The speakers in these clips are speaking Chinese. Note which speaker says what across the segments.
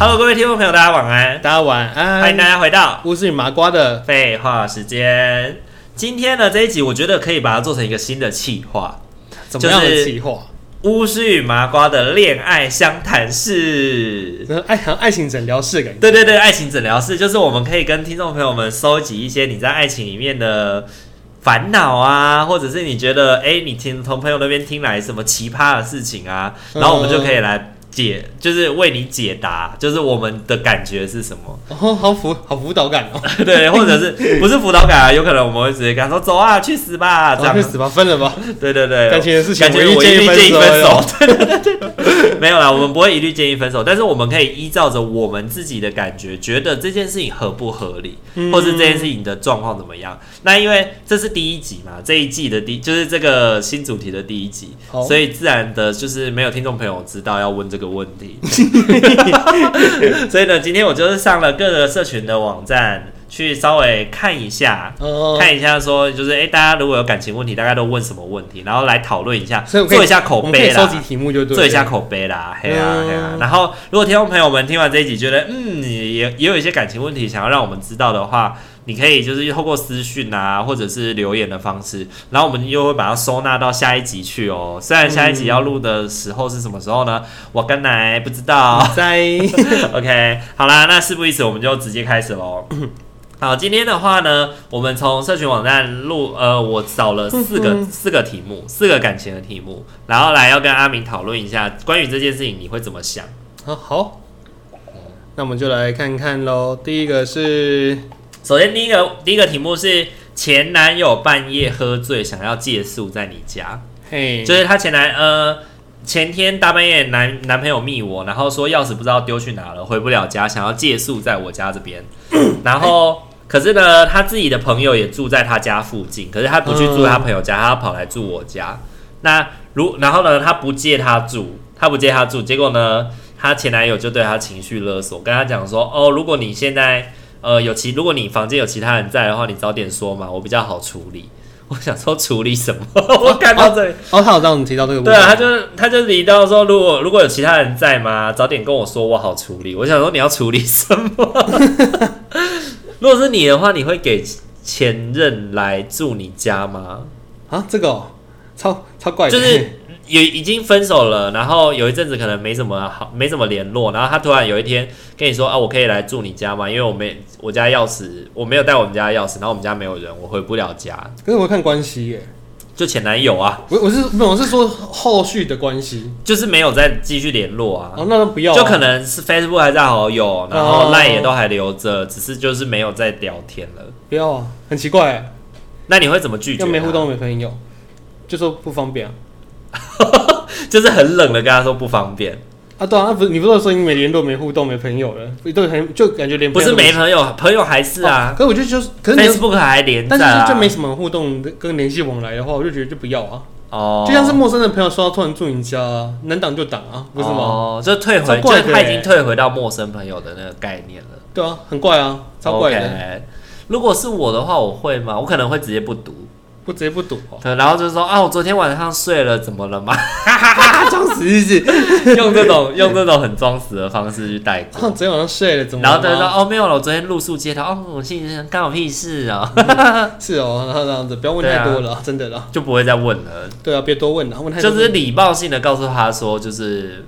Speaker 1: Hello，各位听众朋友，大家晚安，
Speaker 2: 大家晚安。
Speaker 1: 欢迎大家回到
Speaker 2: 我是麻瓜的，
Speaker 1: 废话时间。今天呢这一集，我觉得可以把它做成一个新的企划，
Speaker 2: 怎么样
Speaker 1: 就
Speaker 2: 的
Speaker 1: 是
Speaker 2: 计划？
Speaker 1: 巫师与麻瓜的恋爱相谈室。
Speaker 2: 然后爱像爱情诊疗室的感觉。
Speaker 1: 对对对，爱情诊疗室就是我们可以跟听众朋友们收集一些你在爱情里面的烦恼啊，或者是你觉得哎、诶你听从朋友那边听来什么奇葩的事情啊，然后我们就可以来解，就是为你解答，就是我们的感觉是什么。
Speaker 2: 哦，好辅好辅导感哦，
Speaker 1: 对，或者是不是辅导感啊？有可能我们会直接跟他说：“走啊，去死吧！” 这样
Speaker 2: 去。死吧，分了吧。
Speaker 1: 对对对，
Speaker 2: 感情的事情
Speaker 1: 感觉
Speaker 2: 我一
Speaker 1: 我
Speaker 2: 律
Speaker 1: 律
Speaker 2: 建
Speaker 1: 建
Speaker 2: 议
Speaker 1: 议
Speaker 2: 分
Speaker 1: 分
Speaker 2: 手
Speaker 1: 手。对对对对， 没有啦，我们不会一律建议分手，但是我们可以依照着我们自己的感觉，觉得这件事情合不合理，
Speaker 2: 嗯
Speaker 1: 或是这件事情的状况怎么样。那因为这是第一集嘛，这一季的第就是这个新主题的第一集，
Speaker 2: 好
Speaker 1: 所以自然的就是没有听众朋友知道要问这个问 题，所以呢，今天我就是上了各个社群的网站去稍微看一下，
Speaker 2: 哦，
Speaker 1: 看一下说，就是哎、诶大家如果有感情问题，大概都问什么问题，然后来讨论一下，
Speaker 2: 所以我可以
Speaker 1: 做一下口
Speaker 2: 我们可以
Speaker 1: 碑
Speaker 2: 收
Speaker 1: 啦
Speaker 2: 集，题目就对了。
Speaker 1: 做一下口碑啦，嘿啊
Speaker 2: 嗯
Speaker 1: 嘿啊。然后，如果听众朋友们听完这一集，觉得嗯，也也有一些感情问题想要让我们知道的话，你可以就是透过私讯啊，或者是留言的方式，然后我们又会把它收纳到下一集去哦。虽然下一集要录的时候是什么时候呢？我跟来不知道。
Speaker 2: 在
Speaker 1: OK，好啦，那事不宜迟，我们就直接开始喽。 好，今天的话呢，我们从社群网站录，呃，我找了四个四个题目，四个感情的题目，然后来要跟阿明讨论一下关于这件事情你会怎么想。
Speaker 2: 好好，那我们就来看看喽。第一个是
Speaker 1: 首先第一个第一个题目是前男友半夜喝醉想要借宿在你家，
Speaker 2: 嘿，
Speaker 1: 就是他前男呃前天大半夜男男朋友密我，然后说钥匙不知道丢去哪了，回不了家，想要借宿在我家这边。然后可是呢，他自己的朋友也住在他家附近，可是他不去住他朋友家，他跑来住我家。那如然后呢，他不借他住，他不借他住，结果呢，他前男友就对他情绪勒索，跟他讲说，哦，如果你现在呃有其如果你房间有其他人在的话，你早点说嘛，我比较好处理。 我想说处理什么？ 我看到这里，
Speaker 2: 哦，他有让你提到这个部
Speaker 1: 对
Speaker 2: 分，
Speaker 1: 啊，他就是他就是提到说，如果如果有其他人在吗？早点跟我说，我好处理。我想说你要处理什么？ 如果是你的话，你会给前任来住你家吗？
Speaker 2: 啊，这个哦超超怪的，
Speaker 1: 就是有已经分手了，然后有一阵子可能没怎么好，没怎么联络，然后他突然有一天跟你说啊，我可以来住你家吗？因为我没我家钥匙，我没有带我们家钥匙，然后我们家没有人，我回不了家。
Speaker 2: 可是我会看关系耶，
Speaker 1: 就前男友啊，
Speaker 2: 我我是没有，我是说后续的关系
Speaker 1: 就是没有再继续联络啊。
Speaker 2: 哦，那不要啊
Speaker 1: 就可能是 Facebook 还在好友，然后
Speaker 2: 哦
Speaker 1: Line 也都还留着，只是就是没有在聊天了。
Speaker 2: 不要啊，很奇怪耶，
Speaker 1: 那你会怎么拒绝？啊
Speaker 2: 又没互，动没朋友，就说不方便啊。
Speaker 1: 就是很冷的跟他说不方便，
Speaker 2: 啊，对啊，那不是你不是说你没联络、没互动、没朋友了，不对，很就感觉连
Speaker 1: 不
Speaker 2: 朋友
Speaker 1: 是
Speaker 2: 都
Speaker 1: 没朋友，朋友还是
Speaker 2: 哦
Speaker 1: 啊。
Speaker 2: 可是我就就是，可是你就
Speaker 1: Facebook 还连
Speaker 2: 但
Speaker 1: 着
Speaker 2: 是
Speaker 1: 啊，
Speaker 2: 就就没什么互动跟联系往来的话，我就觉得就不要啊。
Speaker 1: 哦，
Speaker 2: 就像是陌生的朋友说要突然住你家啊，能挡就挡啊，不是吗？
Speaker 1: 哦，就退回，
Speaker 2: 超
Speaker 1: 就
Speaker 2: 怪
Speaker 1: 是
Speaker 2: 的
Speaker 1: 他已经
Speaker 2: 欸
Speaker 1: 退回到陌生朋友的那个概念了，
Speaker 2: 对啊，很怪啊，超怪的，
Speaker 1: OK 如果是我的话，我会吗？我可能会直接不读，
Speaker 2: 不直接不赌哦，
Speaker 1: 对然后就说啊，我昨天晚上睡了，怎么了吗？
Speaker 2: 装死日啊 子，
Speaker 1: 用这种用这种很装死的方式去带过。
Speaker 2: 啊昨天晚上睡了怎么
Speaker 1: 然后他
Speaker 2: 了啊吗？
Speaker 1: 就说：“哦，没有了，我昨天露宿街头，哦，我心里想干我屁事啊、
Speaker 2: 是哦，然后这样子，不要问太多了，真的啦。
Speaker 1: 就不会再问了，
Speaker 2: 对啊，别多问了，问太多
Speaker 1: 就只是礼貌性的告诉他说， 就是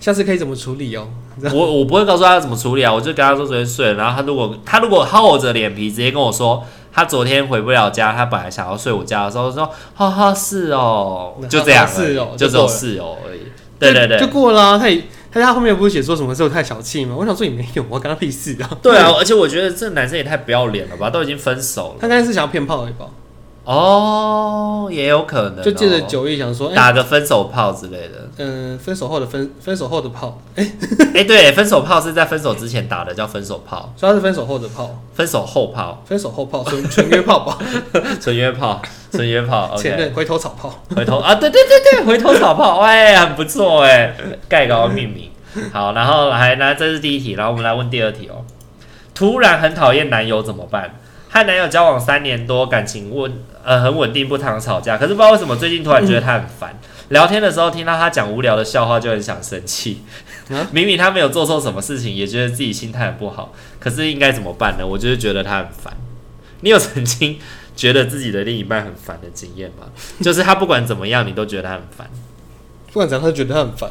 Speaker 2: 下次可以怎么处理哦？
Speaker 1: 我我不会告诉他怎么处理啊，我就跟他说昨天睡了，然后他如果他如果厚着脸皮直接跟我说他昨天回不了家，他本来想要睡我家的时候，我说哈哈是哦，就这样而已，
Speaker 2: 哈哈是哦
Speaker 1: 就只有是哦而已，对对
Speaker 2: 就
Speaker 1: 对
Speaker 2: 就。”过了啊。他也他他后面不是写说什么时候太小气吗？我想说也没有，我跟他屁事啊。
Speaker 1: 对啊，而且我觉得这男生也太不要脸了吧，都已经分手了。
Speaker 2: 他刚才是想要骗炮而已吧？
Speaker 1: 哦，也有可能哦、
Speaker 2: 就借着酒意想说，哎、
Speaker 1: 打个分手炮之类的。
Speaker 2: 嗯、分手后的分，分手后的炮，
Speaker 1: 哎、对，分手炮是在分手之前打的，叫分手炮，
Speaker 2: 所以他是分手后的炮，
Speaker 1: 分手后炮，
Speaker 2: 分手后炮，纯纯约炮吧，
Speaker 1: 纯约炮，纯约炮。
Speaker 2: 前
Speaker 1: OK，
Speaker 2: 任回头草炮。
Speaker 1: 回头啊，对对对对，回头草炮，哎，很不错哎，盖高命名。好，然后来，那这是第一题，然后我们来问第二题哦。突然很讨厌男友怎么办？和男友交往三年多，感情稳呃很稳定，不常吵架。可是不知道为什么最近突然觉得他很烦，聊天的时候听到他讲无聊的笑话就很想生气。
Speaker 2: 啊
Speaker 1: 明明他没有做错什么事情，也觉得自己心态很不好，可是应该怎么办呢？我就是觉得他很烦。你有曾经觉得自己的另一半很烦的经验吗？就是他不管怎么样，你都觉得他很烦。
Speaker 2: 不管怎样，他就觉得他很烦。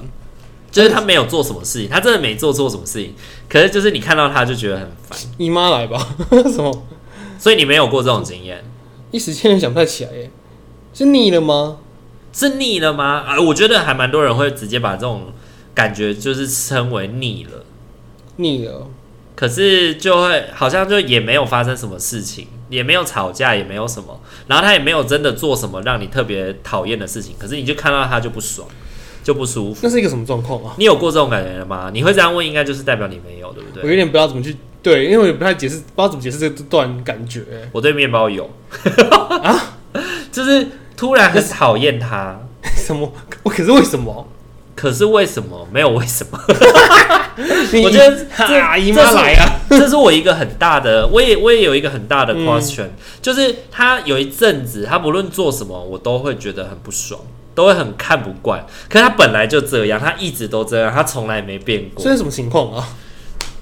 Speaker 1: 就是他没有做什么事情，他真的没做错什么事情，可是就是你看到他就觉得很烦，
Speaker 2: 姨妈来吧， 什么？
Speaker 1: 所以你没有过这种经验，
Speaker 2: 一时间也想不太起来耶，是腻了吗？
Speaker 1: 是腻了吗？啊，我觉得还蛮多人会直接把这种感觉就是称为腻了，
Speaker 2: 腻了，
Speaker 1: 可是就会好像就也没有发生什么事情，也没有吵架，也没有什么，然后他也没有真的做什么让你特别讨厌的事情，可是你就看到他就不爽，就不舒服。
Speaker 2: 那是一个什么状况啊？
Speaker 1: 你有过这种感觉了吗？你会这样问，应该就是代表你没有，对不
Speaker 2: 我
Speaker 1: 对？
Speaker 2: 有点不知道怎么去对，因为我也不太解释，不知道怎么解释这段感觉 耶。
Speaker 1: 我对面包有
Speaker 2: 啊
Speaker 1: 就是突然很讨厌他，
Speaker 2: 什么？我可是为什么？
Speaker 1: 可是为什么没有为什么？
Speaker 2: 你
Speaker 1: 我觉得这
Speaker 2: 啊，姨妈来啊，嗯
Speaker 1: 这是我 一个很大的，我也我也有一个很大的 question，、就是他有一阵子，他不论做什么，我都会觉得很不爽，都会很看不惯。可是他本来就这样，他一直都这样，他从来没变过
Speaker 2: 这。是什么情况啊？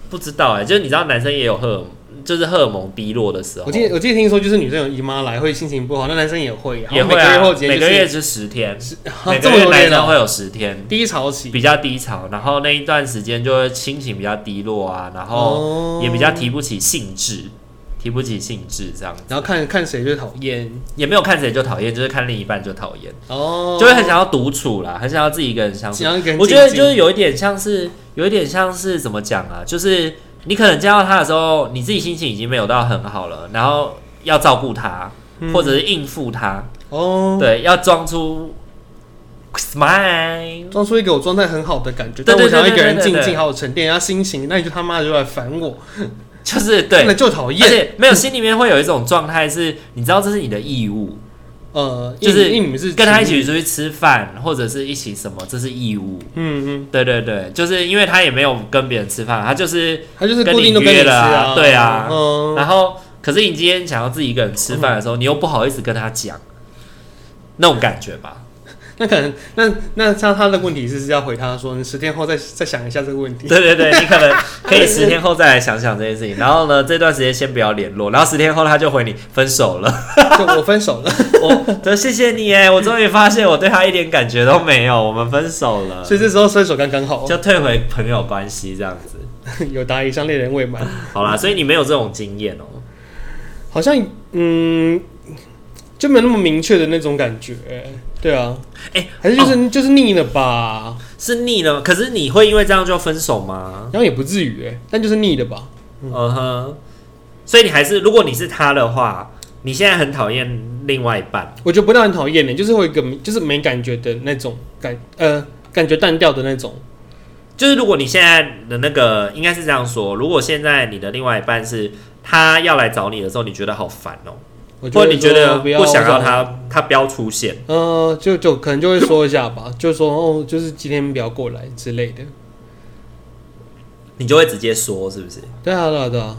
Speaker 1: 不知道哎、就是你知道，男生也有荷尔蒙，就是荷尔蒙低落的时候，
Speaker 2: 我记得我记得听说，就是女生有姨妈来会心情不好，那男生也会，
Speaker 1: 也会
Speaker 2: 然后每个月
Speaker 1: 啊
Speaker 2: 后，节
Speaker 1: 每
Speaker 2: 就
Speaker 1: 个月是
Speaker 2: 是
Speaker 1: 十天，
Speaker 2: 啊
Speaker 1: 每
Speaker 2: 这
Speaker 1: 个
Speaker 2: 么
Speaker 1: 月
Speaker 2: 多
Speaker 1: 男
Speaker 2: 天
Speaker 1: 生
Speaker 2: 哦，
Speaker 1: 会有十天。
Speaker 2: 低潮期，
Speaker 1: 比较低潮，然后那一段时间就会心情比较低落啊，然后
Speaker 2: 哦
Speaker 1: 也比较提不起兴致，提不起兴致这样子，
Speaker 2: 然后看看谁最讨厌
Speaker 1: 也没有看谁就讨厌，就是看另一半就讨厌，
Speaker 2: 哦，
Speaker 1: 就会很想要独处啦，很想要自己一个人相处。
Speaker 2: 想要跟
Speaker 1: 我觉得就是有一点像是，有一点像是怎么讲啊，就是你可能见到他的时候，你自己心情已经没有到很好了，然后要照顾他，或者是应付他，
Speaker 2: 嗯哦，
Speaker 1: 对，要装出 smile。
Speaker 2: 装出一个我状态很好的感觉，
Speaker 1: 对
Speaker 2: 但
Speaker 1: 对
Speaker 2: 我想要
Speaker 1: 对
Speaker 2: 一个人
Speaker 1: 对对
Speaker 2: 静
Speaker 1: 对
Speaker 2: 静好好沉淀一下心情，那你就他妈就来烦我，
Speaker 1: 就是 对，
Speaker 2: 那就讨
Speaker 1: 而
Speaker 2: 厌。
Speaker 1: 且没有心里面会有一种状态是，你知道这是你的义务，
Speaker 2: 呃，
Speaker 1: 就是
Speaker 2: 因为你们是
Speaker 1: 跟他一
Speaker 2: 情侣，
Speaker 1: 起出去吃饭或者是一起什么，这是义务。
Speaker 2: 嗯嗯，
Speaker 1: 对对对，就是因为他也没有跟别人吃饭，他就是，
Speaker 2: 他就是固定都跟
Speaker 1: 跟你
Speaker 2: 你
Speaker 1: 约
Speaker 2: 吃
Speaker 1: 了啊
Speaker 2: 啊，
Speaker 1: 对啊
Speaker 2: 嗯，
Speaker 1: 然后可是你今天想要自己一个人吃饭的时候，你又不好意思跟他讲，那种感觉 吧。
Speaker 2: 那可能那那像他的问题是是要回他说，你十天后再再想一下这 个问题，
Speaker 1: 对对对，你可能可以十天后再来想想这件事情，然后呢，这段时间先不要联络，然后十天后他就回你分手了。
Speaker 2: 就我分 手了，
Speaker 1: 我说谢谢你哎，我终于发现我对他一点感觉都没有，我们分手了，
Speaker 2: 所以这时候分手刚刚 好，
Speaker 1: 就退回朋友关系这样子。
Speaker 2: 有达以上恋人未满，
Speaker 1: 好啦，所以你没有这种经验哦、
Speaker 2: 好像嗯就没有那么明确的那种感觉，对啊，
Speaker 1: 哎
Speaker 2: 还是就是、就是腻了吧，
Speaker 1: 是腻了吗？可是你会因为这样就分手吗？
Speaker 2: 然后也不至于哎，但就是腻了吧，
Speaker 1: 嗯哼，所以你还是，如果你是他的话，你现在很讨厌另外一半，
Speaker 2: 我觉得不到很讨厌的，就是会有一个就是没感觉的那种感，呃，感觉淡掉的那种。
Speaker 1: 就是如果你现在的那个应该是这样说，如果现在你的另外一半是他要来找你的时候，你觉得好烦哦、
Speaker 2: 我
Speaker 1: 或者你觉得
Speaker 2: 说要
Speaker 1: 不想要
Speaker 2: 这样，
Speaker 1: 他，他不要出现，
Speaker 2: 呃，就就可能就会说一下吧， 就说哦，就是今天不要过来之类的。
Speaker 1: 你就会直接说，是不是？
Speaker 2: 对啊，对啊，对啊，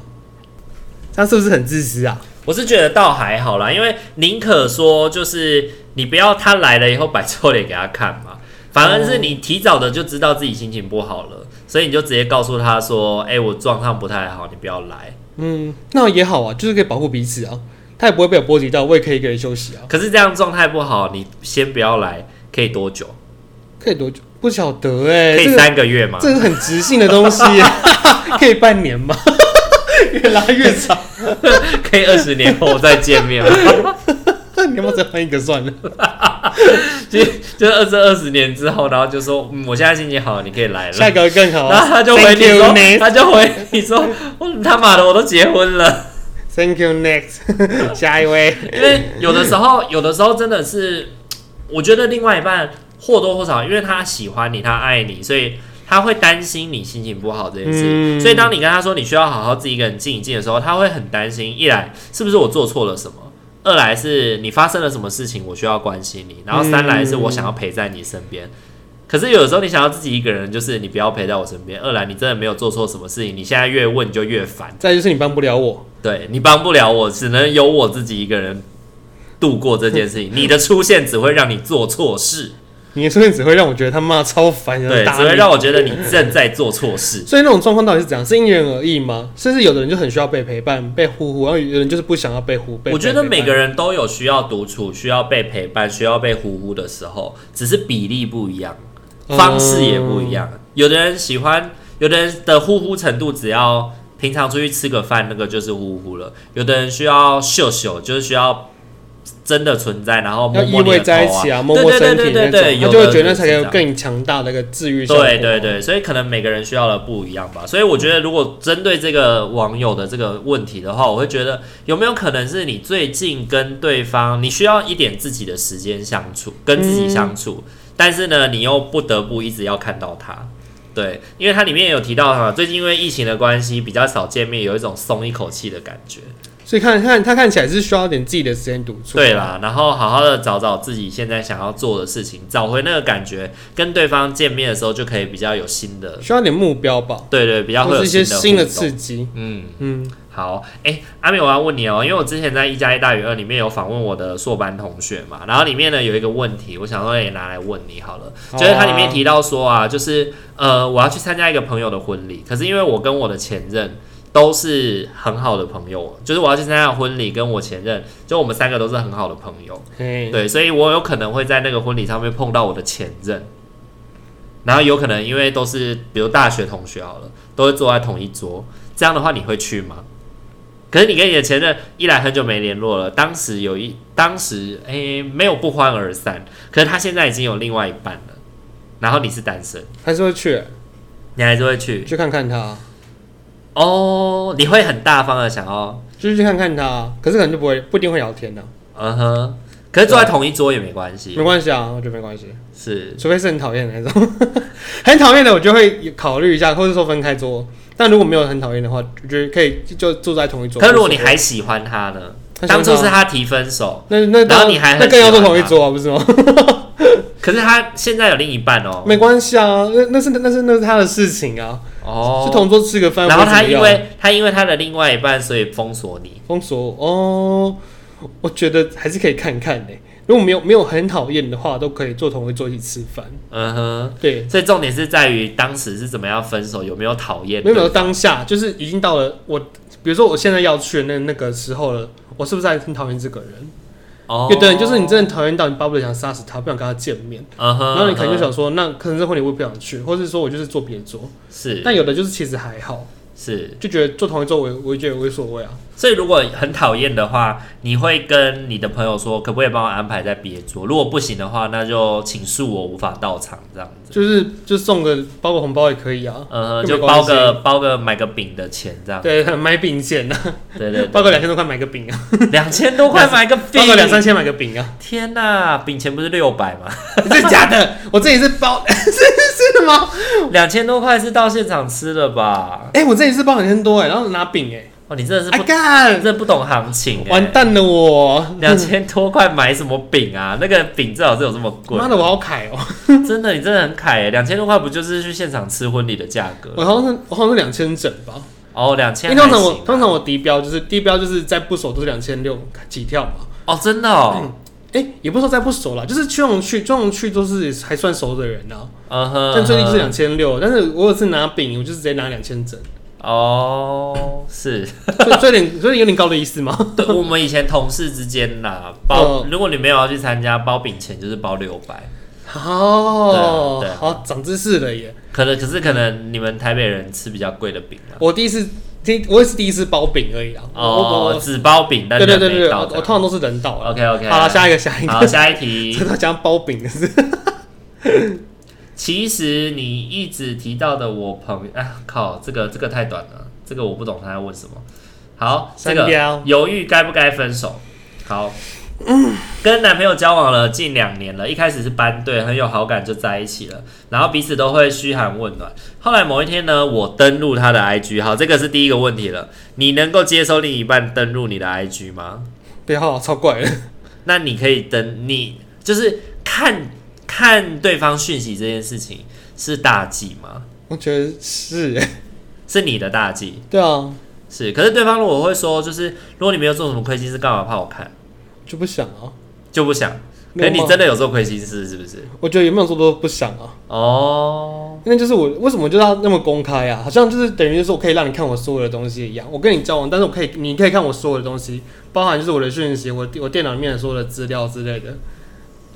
Speaker 2: 他是不是很自私啊？
Speaker 1: 我是觉得倒还好啦，因为宁可说就是你不要他来了以后摆臭脸给他看 嘛，反而是你提早的就知道自己心情不好了，所以你就直接告诉他说：“哎、我状况不太好，你不要来。
Speaker 2: 嗯，那也好啊，就是可以保护彼此啊，他也不会被我波及到，我也可以一个人休息啊”，
Speaker 1: 可是这样状态不好，你先不要来，可以多久？
Speaker 2: 可以多久？不晓得哎、
Speaker 1: 可以
Speaker 2: 这个
Speaker 1: 三个月吗？
Speaker 2: 这个很直性的 东西、可以半年吗？ 越拉越长，
Speaker 1: 可以二十年后再见 面吗？
Speaker 2: 你要不要再换一个算
Speaker 1: 嗯
Speaker 2: 了？
Speaker 1: 就就是二十二十年之后，然后就说：“嗯，我现在心情好，你可以来 了。
Speaker 2: 下”一个更好、啊。
Speaker 1: 然后他就回
Speaker 2: Thank
Speaker 1: 你
Speaker 2: you,
Speaker 1: 说 哦
Speaker 2: next：“
Speaker 1: 他就回你说，我他妈的我都结婚了。”
Speaker 2: Thank you next，下 一位。
Speaker 1: 因为有的时候，有的时候真的是，我觉得另外一半或多或少，因为他喜欢你，他爱你，所以他会担心你心情不好这件事。
Speaker 2: 嗯
Speaker 1: 所以当你跟他说你需要好好自己一个人静一静的时候，他会很担心。一来是不是我做错了什么？二来是你发生了什么事情，我需要关心你。然后三来是我想要陪在你身边。可是有的时候你想要自己一个人，就是你不要陪在我身边。二来你真的没有做错什么事情，你现在越问就越烦。
Speaker 2: 再就是你帮不了我，
Speaker 1: 对你帮不了我，只能由我自己一个人度过这件事情。你的出现只会让你做错事，
Speaker 2: 你的出现只会让我觉得他妈超烦，想
Speaker 1: 对，
Speaker 2: 打
Speaker 1: 只
Speaker 2: 你
Speaker 1: 会让我觉得你正在做错 事。
Speaker 2: 所以那种状况到底是怎样？是因人而异吗？甚至有的人就很需要被陪伴、被呼呼，然后有的人就是不想要被呼。被
Speaker 1: 我觉得每个
Speaker 2: 人
Speaker 1: 人都有需要独处、需要被陪伴、需要被呼呼的时候，只是比例不一样，方式也不一。样。有的人喜欢，有的人的呼呼程度只要平常出去吃个饭，那个就是呼呼了；有的人需要秀秀，就是需要。真的存在，然后摸
Speaker 2: 要
Speaker 1: 摸
Speaker 2: 依
Speaker 1: 你的
Speaker 2: 偎在一
Speaker 1: 头啊
Speaker 2: 起啊，摸
Speaker 1: 对
Speaker 2: 摸
Speaker 1: 对
Speaker 2: 身
Speaker 1: 对
Speaker 2: 体
Speaker 1: 对
Speaker 2: 那
Speaker 1: 对对，
Speaker 2: 种，他
Speaker 1: 有
Speaker 2: 就会
Speaker 1: 的
Speaker 2: 觉得
Speaker 1: 人
Speaker 2: 那才
Speaker 1: 是这
Speaker 2: 有
Speaker 1: 样
Speaker 2: 更强大的一个治愈效果。
Speaker 1: 对对对，所以可能每个人需要的不一样吧。所以我觉得，如果针对这个网友的这个问题的话，我会觉得有没有可能是你最近跟对方，你需要一点自己的时间相处，跟自己相处，但是呢，你又不得不一直要看到他。对，因为它里面也有提到哈，最近因为疫情的关系比较少见面，有一种松一口气的感觉。
Speaker 2: 所以看看他看起来是需要点自己的时间独处。啊
Speaker 1: 对，啦，然后好好的找找自己现在想要做的事情，找回那个感觉，跟对方见面的时候就可以比较有新的
Speaker 2: 需要点目标吧，
Speaker 1: 对对，比较会
Speaker 2: 或
Speaker 1: 有
Speaker 2: 是一些新的
Speaker 1: 互动
Speaker 2: 刺。激。
Speaker 1: 嗯，
Speaker 2: 嗯，
Speaker 1: 好，哎、阿美，我要问你哦、因为我之前在一加一大于二里面有访问我的硕班同学嘛，然后里面呢有一个问题，我想说也拿来问你好了，
Speaker 2: 好啊
Speaker 1: 就是它里面提到说啊，就是呃，我要去参加一个朋友的婚礼，可是因为我跟我的前任。都是很好的朋友，就是我要去参加的婚礼，跟我前任，就我们三个都是很好的朋友。
Speaker 2: 嘿，
Speaker 1: 对，所以我有可能会在那个婚礼上面碰到我的前任，然后有可能因为都是比如大学同学好了，都会坐在同一桌，这样的话你会去吗？可是你跟你的前任一来很久没联络了，当时有一当时诶、没有不欢而散，可是他现在已经有另外一半了，然后你是单身，
Speaker 2: 还是会去
Speaker 1: 你还是会去
Speaker 2: 去看看他，
Speaker 1: 哦，你会很大方的想要，
Speaker 2: 就是去看看他，可是可能就不会不一定会聊天的，
Speaker 1: 嗯哼，可是坐在同一桌也没关系
Speaker 2: 没，关系啊，我觉得没关系。
Speaker 1: 是
Speaker 2: 除非是很讨厌的那种， 很讨厌的我就会考虑一下，或者说分开桌。但如果没有很讨厌的话，我觉得可以就就坐在同一桌。
Speaker 1: 可是如果你还喜欢他呢？
Speaker 2: 啊他喜
Speaker 1: 当
Speaker 2: 欢他
Speaker 1: 初是他提分手，
Speaker 2: 那那
Speaker 1: 然后你还很
Speaker 2: 那更要坐
Speaker 1: 喜欢
Speaker 2: 同一
Speaker 1: 他
Speaker 2: 桌啊，不是吗？
Speaker 1: 可是他现在有另一半哦。
Speaker 2: 没关系啊，那那是那是那是他的事情啊，
Speaker 1: 哦，
Speaker 2: 是同桌吃个饭。
Speaker 1: 然后
Speaker 2: 不会
Speaker 1: 他
Speaker 2: 怎么
Speaker 1: 因
Speaker 2: 样
Speaker 1: 为他因为他的另外一半，所以封锁你。
Speaker 2: 封锁我哦，我觉得还是可以看看的、如果没有没有很讨厌的话，都可以坐同一桌一起吃饭。
Speaker 1: 嗯哼，
Speaker 2: 对，
Speaker 1: 所以重点是在于当时是怎么样分手，有没有讨厌？
Speaker 2: 没有没有当下就是已经到了我，比如说我现在要去的那那个时候了，我是不是还很讨厌这个人？
Speaker 1: 哦，
Speaker 2: 有的人就是你真的讨厌到你巴不得想杀死他，不想跟他见面，
Speaker 1: 嗯哼，
Speaker 2: 然后你可能
Speaker 1: 嗯
Speaker 2: 就想说，那可能这婚礼我也不想去，或是说我就是坐别桌。
Speaker 1: 哼是，
Speaker 2: 但有的就是其实还好，
Speaker 1: 是，
Speaker 2: 就觉得坐同一桌我也我也觉得无所谓啊。
Speaker 1: 所以如果很讨厌的话，你会跟你的朋友说，可不可以帮我安排在别桌？如果不行的话，那就请恕我无法到场这样子。
Speaker 2: 就是就送个包个红包也可以啊，
Speaker 1: 嗯哼，
Speaker 2: 就
Speaker 1: 就
Speaker 2: 没
Speaker 1: 包个
Speaker 2: 关
Speaker 1: 包个买个饼的钱这样。
Speaker 2: 对， 买饼钱啊，
Speaker 1: 对对
Speaker 2: 包个两千多块买个饼啊，
Speaker 1: 对，两千多块买个饼
Speaker 2: 包，个两三千买个 饼啊，
Speaker 1: 天呐，饼钱不是六百吗？
Speaker 2: 真的假的？我这里是包， 是是的吗？
Speaker 1: 两千多块是到现场吃了吧？
Speaker 2: 哎，我这里是包两千多哎，然后拿饼哎，
Speaker 1: 哦，你真的是
Speaker 2: 哎
Speaker 1: 不，真
Speaker 2: 干，
Speaker 1: 的不懂行情、欸，
Speaker 2: 完！嗯蛋了我，
Speaker 1: 两千多块买什么饼啊？那个饼最好是有这么贵，
Speaker 2: 妈的我好凯哦，
Speaker 1: 真的，你真的很凯耶、欸！两千多块不就是去现场吃婚礼的价
Speaker 2: 我
Speaker 1: 格？
Speaker 2: 好像是我好像是两千整吧，
Speaker 1: 哦，两
Speaker 2: 因
Speaker 1: 千、
Speaker 2: 为通常我通常我低标就是低标就是在不熟都是两千六起跳嘛。
Speaker 1: 哦，真的哦，
Speaker 2: 哎、也不是说在不熟啦，就是去那种去这种去都是还算熟的人啊，
Speaker 1: 嗯哼，
Speaker 2: 但最低就是
Speaker 1: 嗯
Speaker 2: 两千六。但是我有次拿饼，我就是直接拿两千整，
Speaker 1: 哼哦， 是
Speaker 2: 所以所以有 点所以有点高的意思吗？
Speaker 1: 对，我们以前同事之间啦，包、
Speaker 2: 嗯
Speaker 1: 如果你没有要去参加，包饼钱就是包六百。啊
Speaker 2: 哦
Speaker 1: 对啊对啊，
Speaker 2: 好长知识了耶！
Speaker 1: 可能可是可能你们台北人吃比较贵的饼啊，
Speaker 2: 我第一次第我也是第一次包饼而已啊。我
Speaker 1: 哦，
Speaker 2: 我
Speaker 1: 纸包饼，但
Speaker 2: 对对对
Speaker 1: 人
Speaker 2: 对
Speaker 1: 没
Speaker 2: 对，我
Speaker 1: 到
Speaker 2: 我
Speaker 1: 这
Speaker 2: 通
Speaker 1: 样
Speaker 2: 常都是人到啊。
Speaker 1: OK，OK
Speaker 2: 好了，下一个下一
Speaker 1: 好，
Speaker 2: 个，
Speaker 1: 下一
Speaker 2: 这
Speaker 1: 题。
Speaker 2: 都讲包饼的事，
Speaker 1: 其实你一哎直提到的我朋友，啊靠，这个这个太短了，这个我不懂他在问什么。好，这
Speaker 2: 三
Speaker 1: 个
Speaker 2: 标
Speaker 1: 犹豫该不该分手。好，跟男朋友交往了近两年了，一开始是班队，很有好感就在一起了，然后彼此都会嘘寒问暖。后来某一天呢，我登录他的 IG，好，这个是第一个问题了。你能够接受另一半登录你的 IG 吗？
Speaker 2: 不要啊超怪了，
Speaker 1: 那你可以登，你就是看看对方讯息这件事情是大忌吗？
Speaker 2: 我觉得是欸，
Speaker 1: 是你的大忌，
Speaker 2: 对啊，
Speaker 1: 是。可是对方如果会说，就是如果你没有做什么亏心事，干嘛怕我看？
Speaker 2: 就不想啊。
Speaker 1: 就不想。可
Speaker 2: 没有
Speaker 1: 是你
Speaker 2: 吗
Speaker 1: 真的有做亏心事，是不是？
Speaker 2: 我觉得有没有做都不想啊，
Speaker 1: 哦，
Speaker 2: 因为就是我为什么就是要那么公开啊？好像就是等于就是我可以让你看我所有的东西一样，我跟你交往，但是我可以你可以看我所有的东西，包含就是我的讯息，我我电脑里面的所有的资料之类的，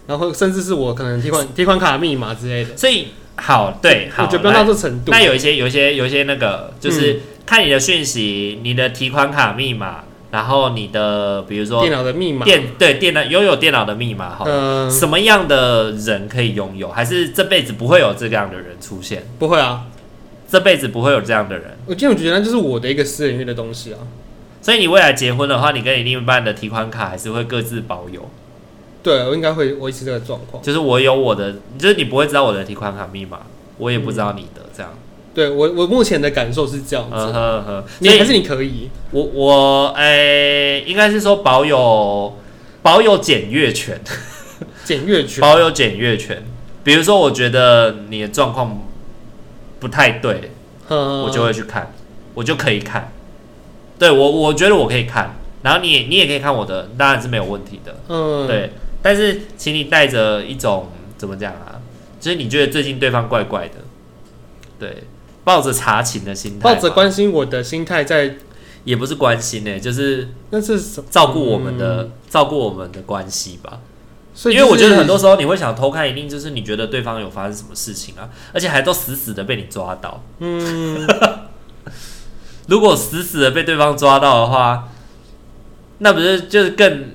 Speaker 2: 然后甚至是我可能 提款提款卡密码之类的，
Speaker 1: 所以好，对，好，
Speaker 2: 我觉得不要
Speaker 1: 来
Speaker 2: 到这程度。
Speaker 1: 那有一些、有一些、有一些那个，
Speaker 2: 嗯
Speaker 1: 就是看你的讯息、你的提款卡密码，然后你的比如说
Speaker 2: 电脑的密码，
Speaker 1: 电对电脑拥有电脑的密码，好了，
Speaker 2: 嗯、
Speaker 1: 什么样的人可以拥有？还是这辈子不会有这样的人出现？
Speaker 2: 不会啊，
Speaker 1: 这辈子不会有这样的人。
Speaker 2: 我因为我觉得那就是我的一个私领域的东西啊。
Speaker 1: 所以你未来结婚的话，你跟你另一半的提款卡还是会各自保有，
Speaker 2: 对，啊我应该会维持这个状况。
Speaker 1: 就是我有我的，就是你不会知道我的提款卡密码，我也不知道你的，这样。
Speaker 2: 对我我目前的感受是这样
Speaker 1: 嗯哼
Speaker 2: 子，
Speaker 1: 哼哼，
Speaker 2: 你
Speaker 1: 所
Speaker 2: 还
Speaker 1: 以
Speaker 2: 是你可以，
Speaker 1: 我我诶、应该是说保有保有检阅权，
Speaker 2: 检阅权
Speaker 1: 保有检阅权。比如说，我觉得你的状况不太对，
Speaker 2: 嗯
Speaker 1: 我就会去看，我就可以看。对我，我觉得我可以看，然后你也你也可以看我的，当然是没有问题的。
Speaker 2: 嗯，
Speaker 1: 对，但是请你带着一种怎么讲啊，就是你觉得最近对方怪怪的，对，抱着查情的心态嘛，
Speaker 2: 抱着关心我的心态在，
Speaker 1: 也不是关心呢、就是
Speaker 2: 那是什么？
Speaker 1: 照顾我们的、
Speaker 2: 嗯
Speaker 1: 照顾我们的关系吧。
Speaker 2: 所以
Speaker 1: 因为我觉得很多
Speaker 2: 就是
Speaker 1: 时候你会想偷看，一定就是你觉得对方有发生什么事情啊，而且还都死死的被你抓到。
Speaker 2: 嗯，
Speaker 1: 如果死死的被对方抓到的话，那不是就是更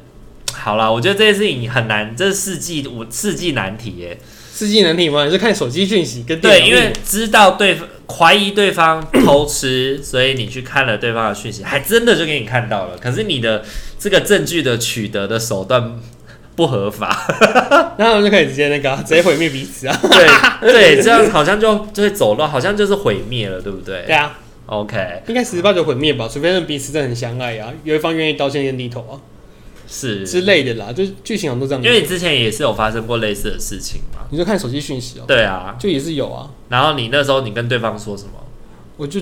Speaker 1: 好啦？我觉得这件事情很难，这是世纪我世纪难题耶、
Speaker 2: 世纪能力嘛，你是看手机讯息跟电
Speaker 1: 对，
Speaker 2: 脑
Speaker 1: 因为
Speaker 2: 密码
Speaker 1: 知道对方怀疑对方偷吃， 所以你去看了对方的讯息，还真的就给你看到了。可是你的这个证据的取得的手段不合法，
Speaker 2: 然后我们就可以直接那个啊、直接毁灭彼此啊，
Speaker 1: 对对，这样好像就就会走乱，好像就是毁灭了，对不对
Speaker 2: 对啊，
Speaker 1: o k
Speaker 2: 应该十之八九毁灭吧，除非是彼此真的很相爱啊，有一方愿意刀剑跟低头啊
Speaker 1: 是，
Speaker 2: 之类的啦，就是剧情好像都这样，
Speaker 1: 因为你之前也是有发生过类似的事情嘛，
Speaker 2: 你就看手机讯息哦、
Speaker 1: 对啊，
Speaker 2: 就也是有啊，
Speaker 1: 然后你那时候你跟对方说什么？
Speaker 2: 我就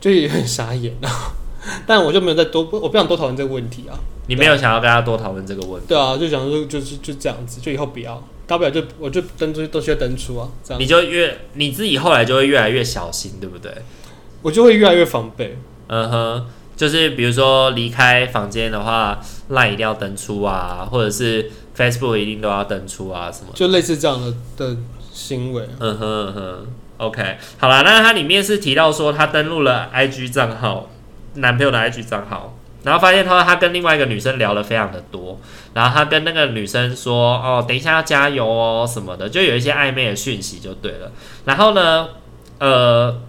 Speaker 2: 就也很傻眼啊，但我就没有再多，我不想多讨论这个问题啊，
Speaker 1: 你没有想要跟他多讨论这个问题，
Speaker 2: 对啊，就想说就是就这样子，就以后不要，大不了就我就登出都需要登出啊，这样
Speaker 1: 你就越你自己后来就会越来越小心，对不对？
Speaker 2: 我就会越来越防备。
Speaker 1: 嗯哼，就是比如说离开房间的话，LINE 一定要登出啊，或者是 Facebook 一定都要登出啊，什么的。
Speaker 2: 就类似这样的的行为。
Speaker 1: 嗯哼嗯哼，OK，好啦，那它里面是提到说她登录了 IG 账号，男朋友的 IG 账号，然后发现她她跟另外一个女生聊了非常的多，然后她跟那个女生说哦，等一下要加油哦什么的，就有一些暧昧的讯息就对了。然后呢，呃。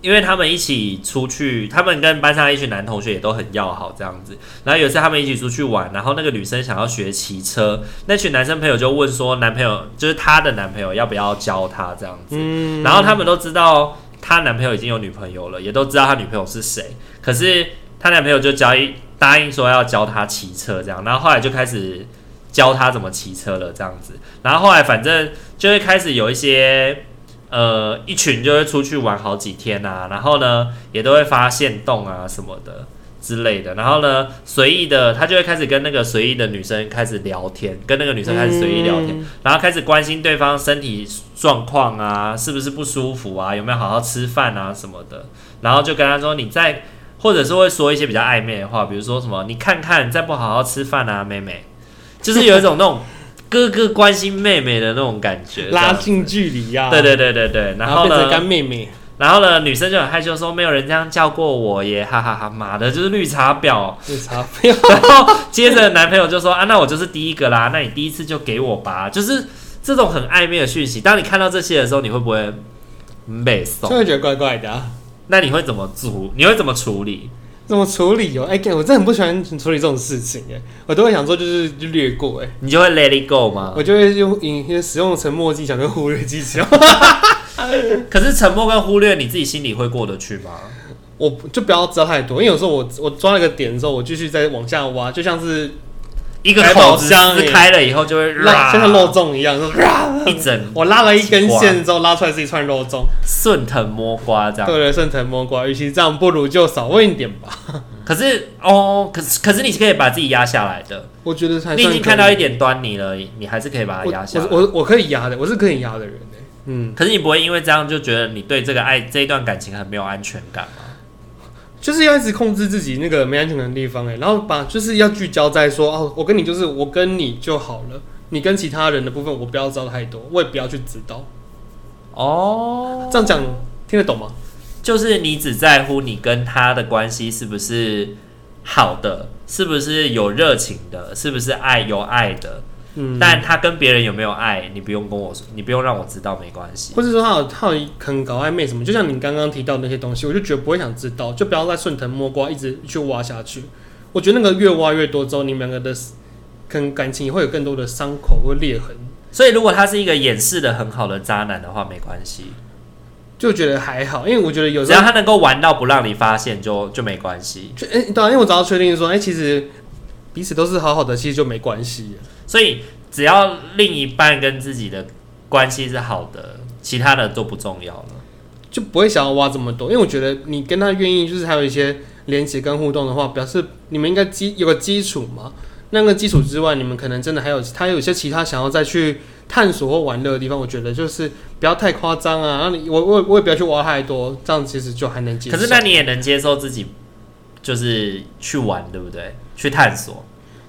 Speaker 1: 因为他们一起出去，他们跟班上一群男同学也都很要好这样子。然后有一次他们一起出去玩，然后那个女生想要学骑车，那群男生朋友就问说，男朋友就是她的男朋友要不要教她这样子，
Speaker 2: 嗯，
Speaker 1: 然后他们都知道她男朋友已经有女朋友了，也都知道她女朋友是谁，可是她男朋友就交一答应说要教她骑车这样，然后后来就开始教她怎么骑车了这样子，然后后来反正就会开始有一些。呃，一群就会出去玩好几天啊，然后呢，也都会发现动啊什么的之类的，然后呢，随意的他就会开始跟那个随意的女生开始聊天，跟那个女生开始随意聊
Speaker 2: 嗯
Speaker 1: 天，然后开始关心对方身体状况啊，是不是不舒服啊，有没有好好吃饭啊什么的，然后就跟他说你在，或者是会说一些比较暧昧的话，比如说什么你看看，再不好好吃饭啊，妹 妹，就是有一种那种 哥哥关心妹妹的那种感觉，
Speaker 2: 拉
Speaker 1: 这样
Speaker 2: 近距离呀、啊，
Speaker 1: 对，对对对对，
Speaker 2: 然
Speaker 1: 然后
Speaker 2: 变成
Speaker 1: 呢
Speaker 2: 干，妹妹，
Speaker 1: 然后呢，女生就很害羞说没有人这样叫过我耶，哈哈哈，妈的，就是绿茶婊。啊
Speaker 2: 有啥不要？
Speaker 1: 然后接着男朋友就说啊，那我就是第一个啦，那你第一次就给我吧，就是这种很暧昧的讯息。当你看到这些的时候，你会不会被
Speaker 2: 就
Speaker 1: 送？
Speaker 2: 会觉得怪怪的、啊。
Speaker 1: 那你会怎么处？你会怎么处理？
Speaker 2: 怎么处理哦？哎、干我真的很不喜欢处理这种事情哎，我都会想说就是就略过哎，
Speaker 1: 你就会 let it go 吗？
Speaker 2: 我就会用引用使用沉默技巧跟忽略技巧，
Speaker 1: 可是沉默跟忽略，你自己心里会过得去吗？
Speaker 2: 我就不要知道太多，因为有时候我我抓了个点之后，我继续再往下挖，就像是
Speaker 1: 一个
Speaker 2: 百宝
Speaker 1: 口子
Speaker 2: 箱
Speaker 1: 撕
Speaker 2: 耶
Speaker 1: 开了以后就会
Speaker 2: 肉像是肉
Speaker 1: 漏
Speaker 2: 粽一样，就是啊
Speaker 1: 一整
Speaker 2: 我拉了一根
Speaker 1: 奇怪
Speaker 2: 线之后拉出来是一串肉粽，
Speaker 1: 顺藤摸瓜这样。
Speaker 2: 对了，顺藤摸瓜，与其这样，不如就少问一点吧。
Speaker 1: 可是哦，可是可是你是可以把自己压下来的，
Speaker 2: 我觉得还
Speaker 1: 你已
Speaker 2: 算
Speaker 1: 经
Speaker 2: 可
Speaker 1: 看到
Speaker 2: 以
Speaker 1: 一点端倪了，你还是可以把它
Speaker 2: 我
Speaker 1: 压下
Speaker 2: 我
Speaker 1: 来。
Speaker 2: 我我可以压的，我是可以压的人哎、嗯，
Speaker 1: 可是你不会因为这样就觉得你对这个爱这一段感情很没有安全感吗？
Speaker 2: 就是要一直控制自己那个没安全感的地方哎、然后把就是要聚焦在说哦，我跟你就是我跟你就好了，你跟其他人的部分我不要知道太多，我也不要去知道。
Speaker 1: 哦，
Speaker 2: 这样讲听得懂吗？
Speaker 1: 就是你只在乎你跟他的关系是不是好的，是不是有热情的，是不是爱有爱的，
Speaker 2: 嗯，
Speaker 1: 但他跟别人有没有爱，你不用跟我说，你不用让我知道，没关系。
Speaker 2: 或是说他有他有肯搞暧昧什么，就像你刚刚提到的那些东西，我就觉得不会想知道，就不要再顺藤摸瓜一直去挖下去。我觉得那个越挖越多之后，你们两个的可能感情也会有更多的伤口或裂痕，
Speaker 1: 所以如果他是一个掩饰的很好的渣男的话，没关系，
Speaker 2: 就觉得还好，因为我觉得有
Speaker 1: 只
Speaker 2: 时
Speaker 1: 要
Speaker 2: 候
Speaker 1: 他能够玩到不让你发现就，就没关系。
Speaker 2: 就哎、对啊，因为我只要确定说，哎、其实彼此都是好好的，其实就没关系了。
Speaker 1: 所以只要另一半跟自己的关系是好的，其他的都不重要了。
Speaker 2: 就不会想要挖这么多，因为我觉得你跟他愿意，就是还有一些连接跟互动的话，表示你们应该基有个基础嘛。那个基础之外，你们可能真的还有他有一些其他想要再去探索或玩乐的地方。我觉得就是不要太夸张啊，然后你我我我也不要去挖太多，这样其实就还能接受。
Speaker 1: 可是那你也能接受自己就是去玩，对不对？去探索。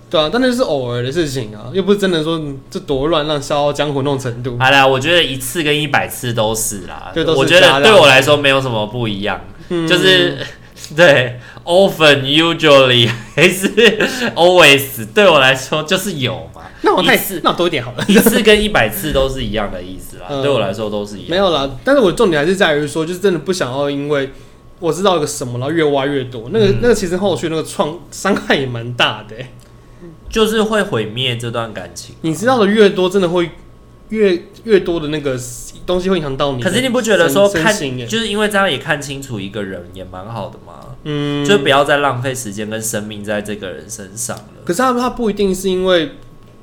Speaker 2: 对啊，但那就是偶尔的事情啊，又不是真的说嗯这多乱，让逍遥江湖那种程度。
Speaker 1: 好啦，我觉得一次跟一百次都是啦。
Speaker 2: 对都是
Speaker 1: 我觉
Speaker 2: 渣
Speaker 1: 得
Speaker 2: 男嗯
Speaker 1: 对我来说没有什么不一样，就是 对 often usually 还是 always 对我来说就是有 嘛。
Speaker 2: 那我太
Speaker 1: 一次
Speaker 2: 那我多一点好了。
Speaker 1: 一次跟一百次都是一样的意思啦，
Speaker 2: 嗯
Speaker 1: 对我来说都是一样。
Speaker 2: 没有啦，但是我重点还是在于说，就是真的不想要，因为我知道一个什么，然后越挖越多，那个、
Speaker 1: 嗯
Speaker 2: 那个其实后续那个创伤害也蛮大的欸、
Speaker 1: 就是会毁灭这段感情。
Speaker 2: 你知道的越多，真的会越越多的那个东西会影响到你的
Speaker 1: 可
Speaker 2: 身。
Speaker 1: 是你不觉得说看，
Speaker 2: 身心欸
Speaker 1: 就是因为这样也看清楚一个人也蛮好的吗？
Speaker 2: 嗯，
Speaker 1: 就不要再浪费时间跟生命在这个人身上了。
Speaker 2: 可是他他不一定是因为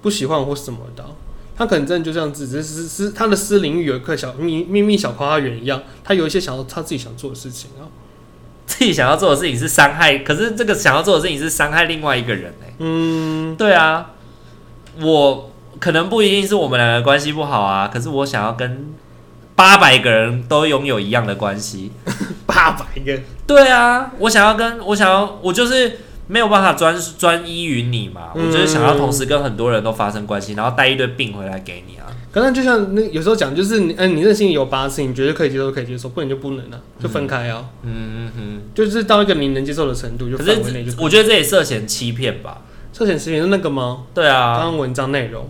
Speaker 2: 不喜欢我或什么的啊、他可能真的就这样子，只是是他的私领域有一块小秘秘密小花园一样，他有一些想要他自己想做的事情 啊。
Speaker 1: 自己想要做的事情是伤害，可是这个想要做的事情是伤害另外一个人哎、
Speaker 2: 嗯，
Speaker 1: 对啊，我可能不一定是我们两个关系不好啊，可是我想要跟八百个人都拥有一样的关系。
Speaker 2: 八百个，
Speaker 1: 对啊，我想要跟我想要，我就是没有办法专专一于你嘛，
Speaker 2: 嗯
Speaker 1: 我就是想要同时跟很多人都发生关系，然后带一堆病回来给你啊。
Speaker 2: 可能就像那有时候讲，就是你，嗯、你这心里有八次，你觉得可以接受，可以接受，不能就不能啊，就分开啊，
Speaker 1: 嗯嗯
Speaker 2: 就是到一个你能接受的程度，
Speaker 1: 嗯。
Speaker 2: 就
Speaker 1: 可
Speaker 2: 范围内就是
Speaker 1: 我觉得这也涉嫌欺骗吧？
Speaker 2: 涉嫌食品是那个吗？
Speaker 1: 对
Speaker 2: 刚
Speaker 1: 啊，
Speaker 2: 刚文章内容，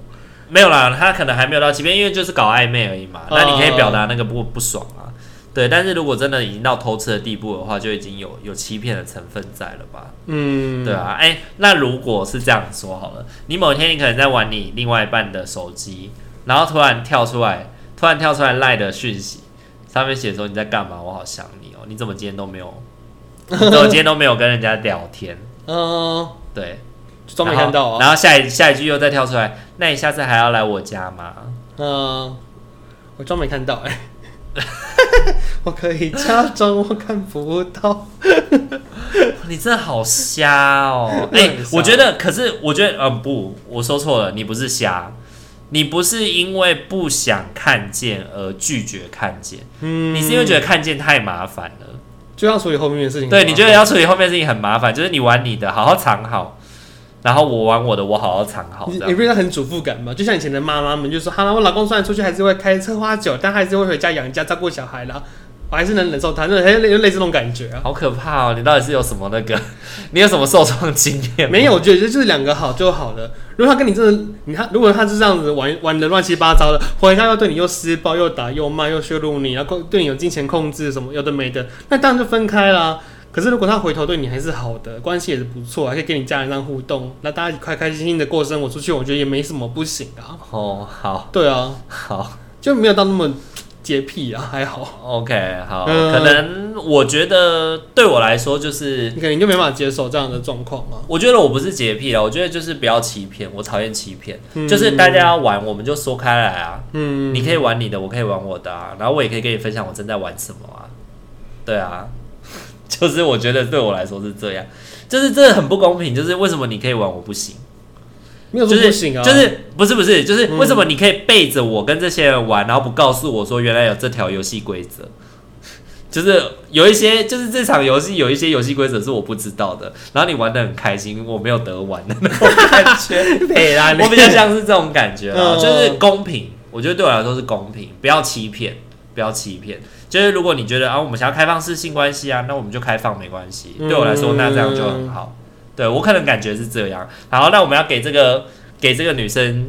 Speaker 1: 没有啦，他可能还没有到欺骗，因为就是搞暧昧而已嘛。
Speaker 2: 哦
Speaker 1: 那你可以表达那个不不爽啊。对，但是如果真的已经到偷吃的地步的话，就已经有有欺骗的成分在了吧？
Speaker 2: 嗯，
Speaker 1: 对，啊，哎、那如果是这样说好了，你某天你可能在玩你另外一半的手机，然后突然跳出来，突然跳出来赖的讯息，上面写说你在干嘛？我好想你哦，你怎么今天都没有，你怎么今天都没有跟人家聊天？
Speaker 2: 嗯、
Speaker 1: 对，
Speaker 2: 装没
Speaker 1: 然后
Speaker 2: 看到啊，
Speaker 1: 然后下一下一句又再跳出来，那你下次还要来我家吗？
Speaker 2: 嗯、我装没看到、哎， 我可以假装我看不到，
Speaker 1: 你真的好瞎 哦！哎、
Speaker 2: 对很瞎
Speaker 1: 我觉得，可是我觉得，呃，不，我说错了，你不是瞎，你不是因为不想看见而拒绝看见，
Speaker 2: 嗯，
Speaker 1: 你是因为觉得看见太麻烦了。
Speaker 2: 就要处理后面的事情，
Speaker 1: 对，你觉得要处理后面的事情很麻烦，就是你玩你的，好好藏好，然后我玩我的，我好好藏好，
Speaker 2: 你
Speaker 1: 这
Speaker 2: 你
Speaker 1: 样。
Speaker 2: 不觉得很主妇感吗？就像以前的妈妈们就说：“好了，我老公虽然出去还是会开车花酒，但还是会回家养家照顾小孩啦，我还是能忍受他。”那很类类似那种感觉啊。
Speaker 1: 好可怕哦！你到底是有什么那个？ 你有什么受创经验吗？
Speaker 2: 没有，我觉得就是两个好就好了。如果他跟你真的，你看，如果他是这样子玩玩的乱七八糟的，回家又对你又施暴、又打、又骂、又羞辱你，然后对你有金钱控制什么有的没的，那当然就分开啦。可是如果他回头对你还是好的，关系也是不错，还可以跟你家人这样互动，那大家开开心心的过生活，出去我觉得也没什么不行的、啊。
Speaker 1: 哦，好
Speaker 2: 对啊，
Speaker 1: 好
Speaker 2: 就没有到那么洁癖啊，还好。
Speaker 1: ，OK，好，
Speaker 2: 嗯
Speaker 1: 可能我觉得对我来说就是。
Speaker 2: 你可能就没办法接受这样的状况啊。
Speaker 1: 我觉得我不是洁癖了，我觉得就是不要欺骗，我讨厌欺骗。就是大家要玩，我们就说开来啊，
Speaker 2: 嗯，
Speaker 1: 你可以玩你的，我可以玩我的啊，然后我也可以跟你分享我正在玩什么啊。对啊， 就是我觉得对我来说是这样，就是这很不公平，就是为什么你可以玩我不行？
Speaker 2: 没有
Speaker 1: 就
Speaker 2: 说
Speaker 1: 是
Speaker 2: 不行啊，
Speaker 1: 就是不是不是，就是
Speaker 2: 嗯
Speaker 1: 为什么你可以背着我跟这些人玩，然后不告诉我说原来有这条游戏规则？就是有一些，就是这场游戏有一些游戏规则是我不知道的，然后你玩的很开心，我没有得玩的那种感 觉。
Speaker 2: 北啦，
Speaker 1: 我比较像是这种感觉啊，
Speaker 2: 嗯
Speaker 1: 就是公平。我觉得对我来说是公平，不要欺骗，不要欺骗。就是如果你觉得啊，我们想要开放式性关系啊，那我们就开放没关系。
Speaker 2: 嗯
Speaker 1: 对我来说，那这样就很好。对我可能感觉是这样。好，那我们要给这个给这个女生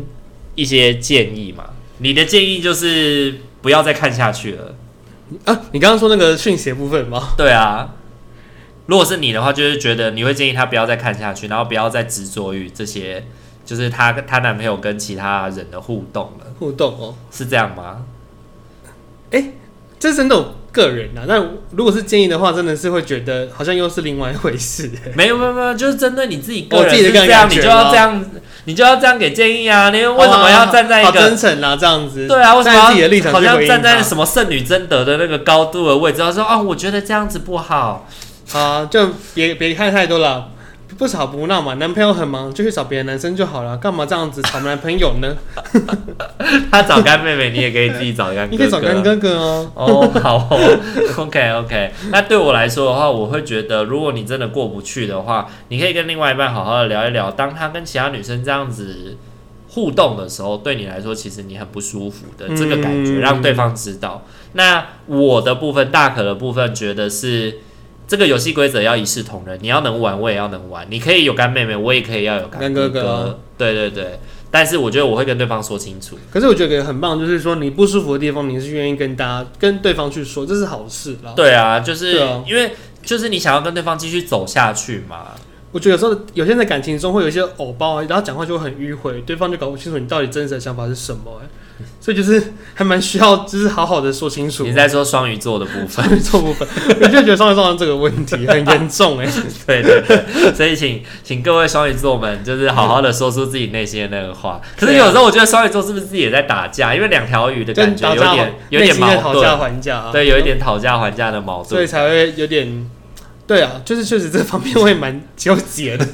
Speaker 1: 一些建议嘛？你的建议就是不要再看下去了。
Speaker 2: 啊，你刚刚说那个训邪部分吗？
Speaker 1: 对啊，如果是你的话，就是觉得你会建议她不要再看下去，然后不要再执着于这些，就是她她男朋友跟其他人的互动了，
Speaker 2: 互动哦，
Speaker 1: 是这样吗？
Speaker 2: 这真的我个人啊。那如果是建议的话，真的是会觉得好像又是另外一回事。
Speaker 1: 没有没有没有，就是针对你自己个
Speaker 2: 我
Speaker 1: 人
Speaker 2: 自己的
Speaker 1: 是
Speaker 2: 个
Speaker 1: 这
Speaker 2: 人
Speaker 1: 样，
Speaker 2: 感
Speaker 1: 你
Speaker 2: 觉
Speaker 1: 就要
Speaker 2: 吗
Speaker 1: 这样，你就要这样给建议啊！你 为什么要站在一
Speaker 2: 好真
Speaker 1: 个？
Speaker 2: 诚啦？这样子，
Speaker 1: 对啊，为什么
Speaker 2: 站
Speaker 1: 要
Speaker 2: 在自己的立场
Speaker 1: 好
Speaker 2: 去
Speaker 1: 像
Speaker 2: 回应
Speaker 1: 站在
Speaker 2: 他
Speaker 1: 什么圣女贞德的那个高度的位置，然后说啊，我觉得这样子不好。
Speaker 2: 啊？就别别看太多了。不吵不闹嘛，男朋友很忙，就去找别的男生就好了，干嘛这样子吵男朋友呢？
Speaker 1: 啊他找干妹妹，你也可以自己找干哥哥。啊
Speaker 2: 你可以找干哥哥哦。
Speaker 1: 哦，好 哦，OK OK。那对我来说的话，我会觉得，如果你真的过不去的话，你可以跟另外一半好好的聊一聊。当他跟其他女生这样子互动的时候，对你来说其实你很不舒服的这个感觉，
Speaker 2: 嗯
Speaker 1: 让对方知道。那我的部分，大可的部分，觉得是。这个游戏规则要一视同仁，你要能玩，我也要能玩。你可以有干妹妹，我也可以要有干
Speaker 2: 干哥
Speaker 1: 哥
Speaker 2: 哥
Speaker 1: 对对对，但是我觉得我会跟对方说清楚。
Speaker 2: 可是我觉得很棒，就是说你不舒服的地方，你是愿意跟大家、跟对方去说，这是好事啦。
Speaker 1: 对啊，就是、
Speaker 2: 对啊
Speaker 1: 因为就是你想要跟对方继续走下去嘛。
Speaker 2: 我觉得有时候有些人在感情中会有一些偶包，然后讲话就会很迂回，对方就搞不清楚你到底真实的想法是什么、哎， 所以就是还蛮需要，就是好好的说清楚
Speaker 1: 你。在说双鱼座的部分，
Speaker 2: 错部分，我就觉得双鱼座这个问题很严重哎、
Speaker 1: 对对对，所以请请各位双鱼座们，就是好好的说出自己内心的那个话。可是
Speaker 2: 对啊
Speaker 1: 有时候我觉得双鱼座是不是自己也在打架？因为两条鱼的感
Speaker 2: 跟
Speaker 1: 觉
Speaker 2: 打
Speaker 1: 有
Speaker 2: 架
Speaker 1: 点有
Speaker 2: 内
Speaker 1: 点
Speaker 2: 心在
Speaker 1: 矛
Speaker 2: 讨价
Speaker 1: 盾，
Speaker 2: 还价、啊，
Speaker 1: 对，有一，点讨价还价的矛
Speaker 2: 所以
Speaker 1: 盾。
Speaker 2: 才会有点，对啊，就是确实这方面我也蛮纠结 的，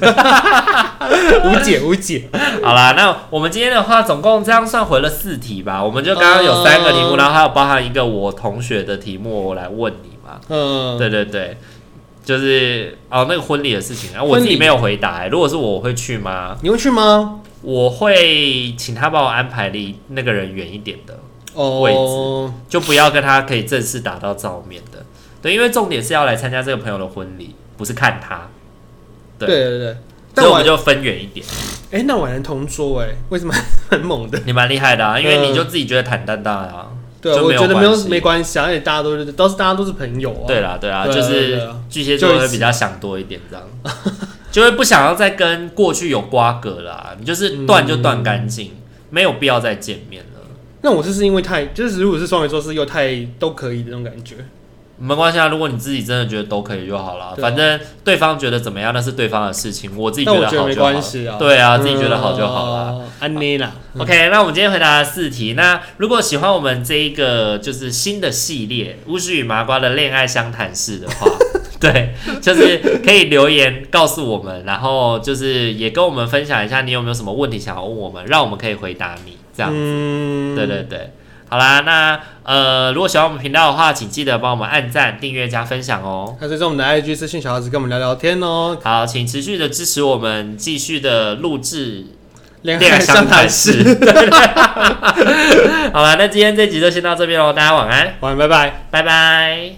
Speaker 2: 无解无解，
Speaker 1: 好啦，那我们今天的话，总共这样算回了四题吧。我们就刚刚有三个题目，
Speaker 2: 嗯
Speaker 1: 然后还有包含一个我同学的题目，我来问你嘛。
Speaker 2: 嗯，
Speaker 1: 对对对，就是哦，那个婚礼的事情，然、后我自
Speaker 2: 婚
Speaker 1: 己
Speaker 2: 礼
Speaker 1: 没有回答、欸。如果是我我会去吗？
Speaker 2: 你会去吗？
Speaker 1: 我会请他帮我安排离那个人远一点的，位
Speaker 2: 哦，
Speaker 1: 就不要跟他可以正式打到照面的。对，因为重点是要来参加这个朋友的婚礼，不是看他，对
Speaker 2: 对对对，
Speaker 1: 所
Speaker 2: 但
Speaker 1: 以
Speaker 2: 我
Speaker 1: 我
Speaker 2: 还
Speaker 1: 们就分远一点。
Speaker 2: 哎、那我还能同桌哎、为什么很猛的？
Speaker 1: 你蛮厉害的啊，因为
Speaker 2: 嗯
Speaker 1: 你就自己觉得坦荡荡啊。
Speaker 2: 对啊，
Speaker 1: 就
Speaker 2: 我
Speaker 1: 没有
Speaker 2: 觉得没有
Speaker 1: 关系
Speaker 2: 没关系啊，而且大家都是都是大家都是朋友啊。
Speaker 1: 对啦，对啊，
Speaker 2: 对啊
Speaker 1: 就
Speaker 2: 对
Speaker 1: 是
Speaker 2: 啊
Speaker 1: 巨蟹座
Speaker 2: 就一
Speaker 1: 会
Speaker 2: 起
Speaker 1: 比较想多一点这样， 就会不想要再跟过去有瓜葛啦，你就是断就断干净，
Speaker 2: 嗯
Speaker 1: 没有必要再见面了。
Speaker 2: 那我就是因为太就是如果是双鱼座是又太都可以的那种感觉。
Speaker 1: 没关系啊，如果你自己真的觉得都可以就好了，
Speaker 2: 对啊
Speaker 1: 反正对方觉得怎么样那是对方的事情，我自己
Speaker 2: 但
Speaker 1: 觉
Speaker 2: 我
Speaker 1: 得
Speaker 2: 觉得
Speaker 1: 好
Speaker 2: 没
Speaker 1: 就好了
Speaker 2: 关。系啊。嗯
Speaker 1: 对啊，自啊己觉得好就好啦。
Speaker 2: 了。哦安妮啦，
Speaker 1: OK，那我们今天回答了四题。那如果喜欢我们这一个就是新的系列《巫师与麻瓜的恋爱相谈室》的 话，对，就是可以留言告诉我们，然后就是也跟我们分享一下你有没有什么问题想要问我们，让我们可以回答你。这样，
Speaker 2: 嗯
Speaker 1: 对对对。好啦，那呃，如果喜欢我们频道的话，请记得帮我们按赞、订阅、加分享哦。
Speaker 2: 那追踪我们的 IG 私信小孩子跟我们聊聊天哦，
Speaker 1: 好，请持续的支持我们，继续的录制
Speaker 2: 恋
Speaker 1: 恋爱
Speaker 2: 爱
Speaker 1: 相
Speaker 2: 相
Speaker 1: 谈
Speaker 2: 谈
Speaker 1: 室
Speaker 2: 室。。
Speaker 1: 好了，那今天这集就先到这边喽，大家晚安，
Speaker 2: 晚安，拜拜。
Speaker 1: 拜拜。